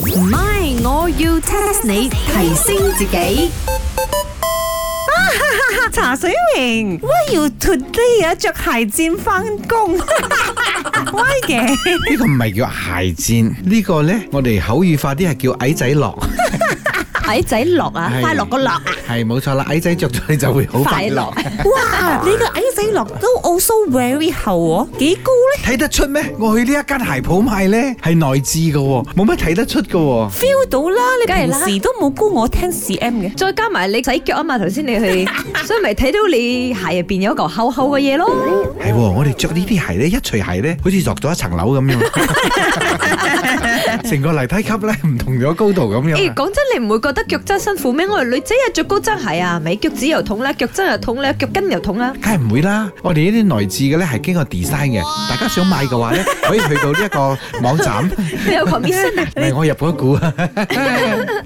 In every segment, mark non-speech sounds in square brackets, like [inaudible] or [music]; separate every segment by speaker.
Speaker 1: 唔係，我要 test 你提升自己。
Speaker 2: 茶水明，我要 today 啊着鞋墊翻工， [laughs] 喂嘅，
Speaker 3: 呢個唔係叫鞋墊，呢、個呢，我哋口語化啲係叫矮仔樂，
Speaker 1: 矮仔樂
Speaker 4: à?
Speaker 1: 啊
Speaker 3: 係，
Speaker 1: 快樂個樂啊，
Speaker 3: 係冇錯啦。矮仔着咗你就會好快樂，
Speaker 2: 哇！你個矮仔落都 also very 厚喎，幾高咧
Speaker 3: 睇得出咩？我去呢一間鞋鋪買呢，係內置嘅喎，冇乜睇得出嘅喎。
Speaker 2: ？feel 到啦，你
Speaker 4: 梗係
Speaker 2: 平
Speaker 4: 啦
Speaker 2: 時都冇高我聽 CM 嘅。
Speaker 4: 再加埋你洗腳啊嘛，頭先你去，所以咪睇到你鞋入邊有一嚿厚厚嘅嘢咯。
Speaker 3: 係喎，我哋着呢啲鞋呢，一除鞋呢，好似落咗一層樓
Speaker 1: [laughs]
Speaker 3: 咁樣，成個泥梯級呢，唔同咗高度咁
Speaker 4: 誒、
Speaker 3: 樣。
Speaker 4: 講真，你唔會覺得腳踭辛苦咩？我哋女仔啊，着高踭鞋啊，咪腳趾又痛啦，腳踭又痛啦，腳筋又痛啦。
Speaker 3: 梗係唔會啦，我哋呢啲內置嘅呢係經過 design 嘅，大家想買嘅話呢，可以去到呢一個網
Speaker 1: [laughs]
Speaker 3: 站。
Speaker 4: 你有
Speaker 3: [laughs]
Speaker 4: commission 啊？
Speaker 3: 唔係我入嗰股啊！ [laughs]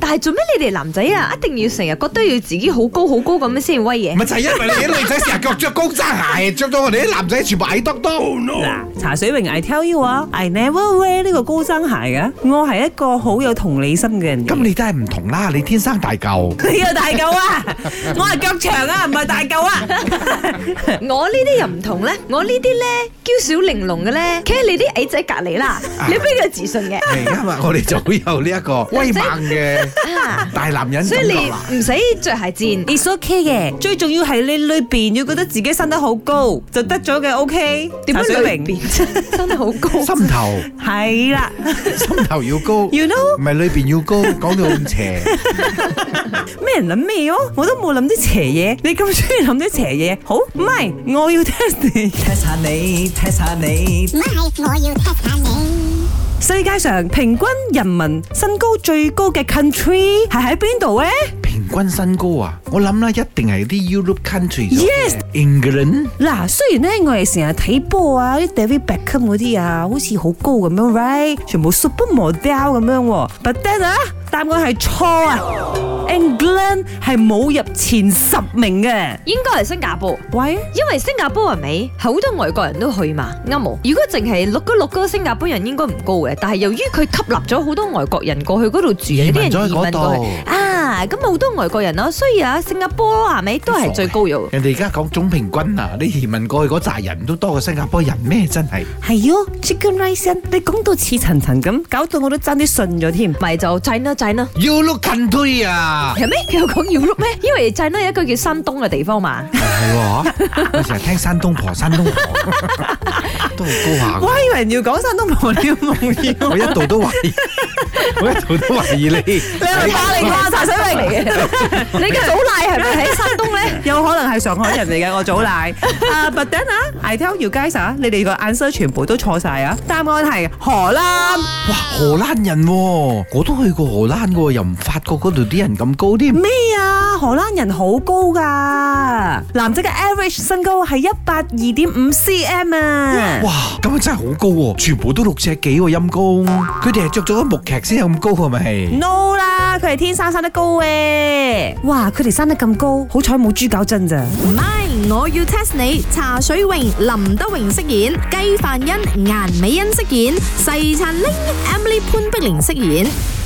Speaker 4: 但係做咩你哋男仔啊，一定要成日覺得要自己好高好高咁樣先威嘢？
Speaker 3: 咪就係因為你啲女仔成日腳着高踭鞋，着到我哋啲男仔全部矮多多。嗱，
Speaker 2: 茶水榮，I tell you 啊，I never wear 呢個高踭鞋嘅，我係一個好有同理心嘅人嚟嘅。
Speaker 3: 咁你都係唔同啦，你天生大嚿。
Speaker 2: 你有大嚿啊，我係腳長啊，唔係大嚿啊。
Speaker 4: 我呢啲又唔同咧，我呢啲咧嬌小玲瓏嘅咧，企喺你啲矮仔隔離啦，
Speaker 3: 啊
Speaker 4: 你比較自信嘅。
Speaker 3: 係因為我哋就會有呢一個 [laughs] 威猛嘅
Speaker 4: 啊
Speaker 3: 大男人
Speaker 4: 所
Speaker 3: 感
Speaker 4: 以
Speaker 3: 覺
Speaker 4: 你
Speaker 3: 啦。
Speaker 4: 唔使着鞋墊。
Speaker 2: It's OK 嘅，最重要係你裏邊要覺得自己生得好高就得咗嘅 OK。
Speaker 4: 點
Speaker 2: 茶
Speaker 4: 樣
Speaker 2: 水
Speaker 4: 裏
Speaker 2: 榮
Speaker 4: 邊 [laughs] 真係好高？
Speaker 3: 心頭，
Speaker 2: 係啦
Speaker 3: 心頭 [laughs] 要高，
Speaker 2: ，you know
Speaker 3: 唔係裏邊要高，講到咁 [laughs] 邪。
Speaker 2: 咩人諗咩咯？我都冇諗啲邪嘢，你咁中意諗啲邪嘢，好唔係？我要 test 你。
Speaker 5: test 下你，test 下你
Speaker 6: My，我要 test 下你。
Speaker 2: 世界上平均人民身高最高嘅 country 係喺邊度咧？
Speaker 3: 平均身高啊，我諗啦，一定係啲 Europe country。
Speaker 2: Yes
Speaker 3: England。
Speaker 2: 嗱，雖然咧我哋成日睇波啊，啲 David Beckham 嗰啲啊，好似好高咁樣，right？全部 supermodel 咁樣喎。But then 啊，答案係錯啊，England 係冇入前十名嘅。
Speaker 4: 應該係新加坡。
Speaker 2: 喂，
Speaker 4: 因為新加坡係咪好多外國人都去嘛？啱冇？如果淨係六個六個新加坡人應該唔高嘅，但係由於佢吸納咗好多外國人過去嗰度住，有啲人
Speaker 3: 移民咗去
Speaker 4: 移
Speaker 3: 嗰
Speaker 4: 民
Speaker 3: 度
Speaker 4: 過去啊，咁好多外國人咯，所以啊，新加坡係咪都係最高嘅？
Speaker 3: 人哋而家講總平均啊，你移民過去嗰扎人都多過新加坡人咩？真係。
Speaker 2: 係喲，Chicken Rice，你啊講到似層層咁，搞到我都爭啲信咗添。
Speaker 4: 咪就 China China。
Speaker 3: Europe country 啊！
Speaker 4: 係咩？佢 [laughs] 有講要碌咩？因為 China 有一個叫山東嘅地方 [laughs] 嘛。
Speaker 3: 係喎，我成日聽山東婆，山東婆都好高下
Speaker 2: 我
Speaker 3: 㗎。
Speaker 2: 以為你要講山東婆料夢
Speaker 3: [laughs]
Speaker 2: 要，
Speaker 3: 我一度都懷疑，我一度都懷疑你。
Speaker 2: 你係咪霸凌我啊茶水
Speaker 4: 嚟
Speaker 2: 榮？
Speaker 4: 嘅，你嘅祖奶係 [laughs] 咪喺山東咧？
Speaker 2: 有可能係上海人嚟嘅，我早賴。啊、b u t then 啊，I tell you guys 啊，你哋個 answer 全部都錯晒啊！答案係荷蘭。
Speaker 3: 哇，荷蘭人喎，我都去過荷蘭嘅喎，又唔發覺嗰度啲人咁高添。
Speaker 2: 咩啊？荷蘭人好高噶，男仔嘅 average 身高係一百二點五 cm 啊！
Speaker 3: 哇，咁樣真係好高喎，全部都六尺幾喎，陰公。佢哋係着咗個木屐先有咁高係咪？
Speaker 2: No 啦，佢係天生生得高嘅。哇，佢哋生得咁高，好彩冇豬搞真咋。
Speaker 1: 唔係，我要 test 你。茶水榮、林德榮飾演，雞凡欣、顏美欣飾演，細陳玲、Emily 潘碧玲飾演。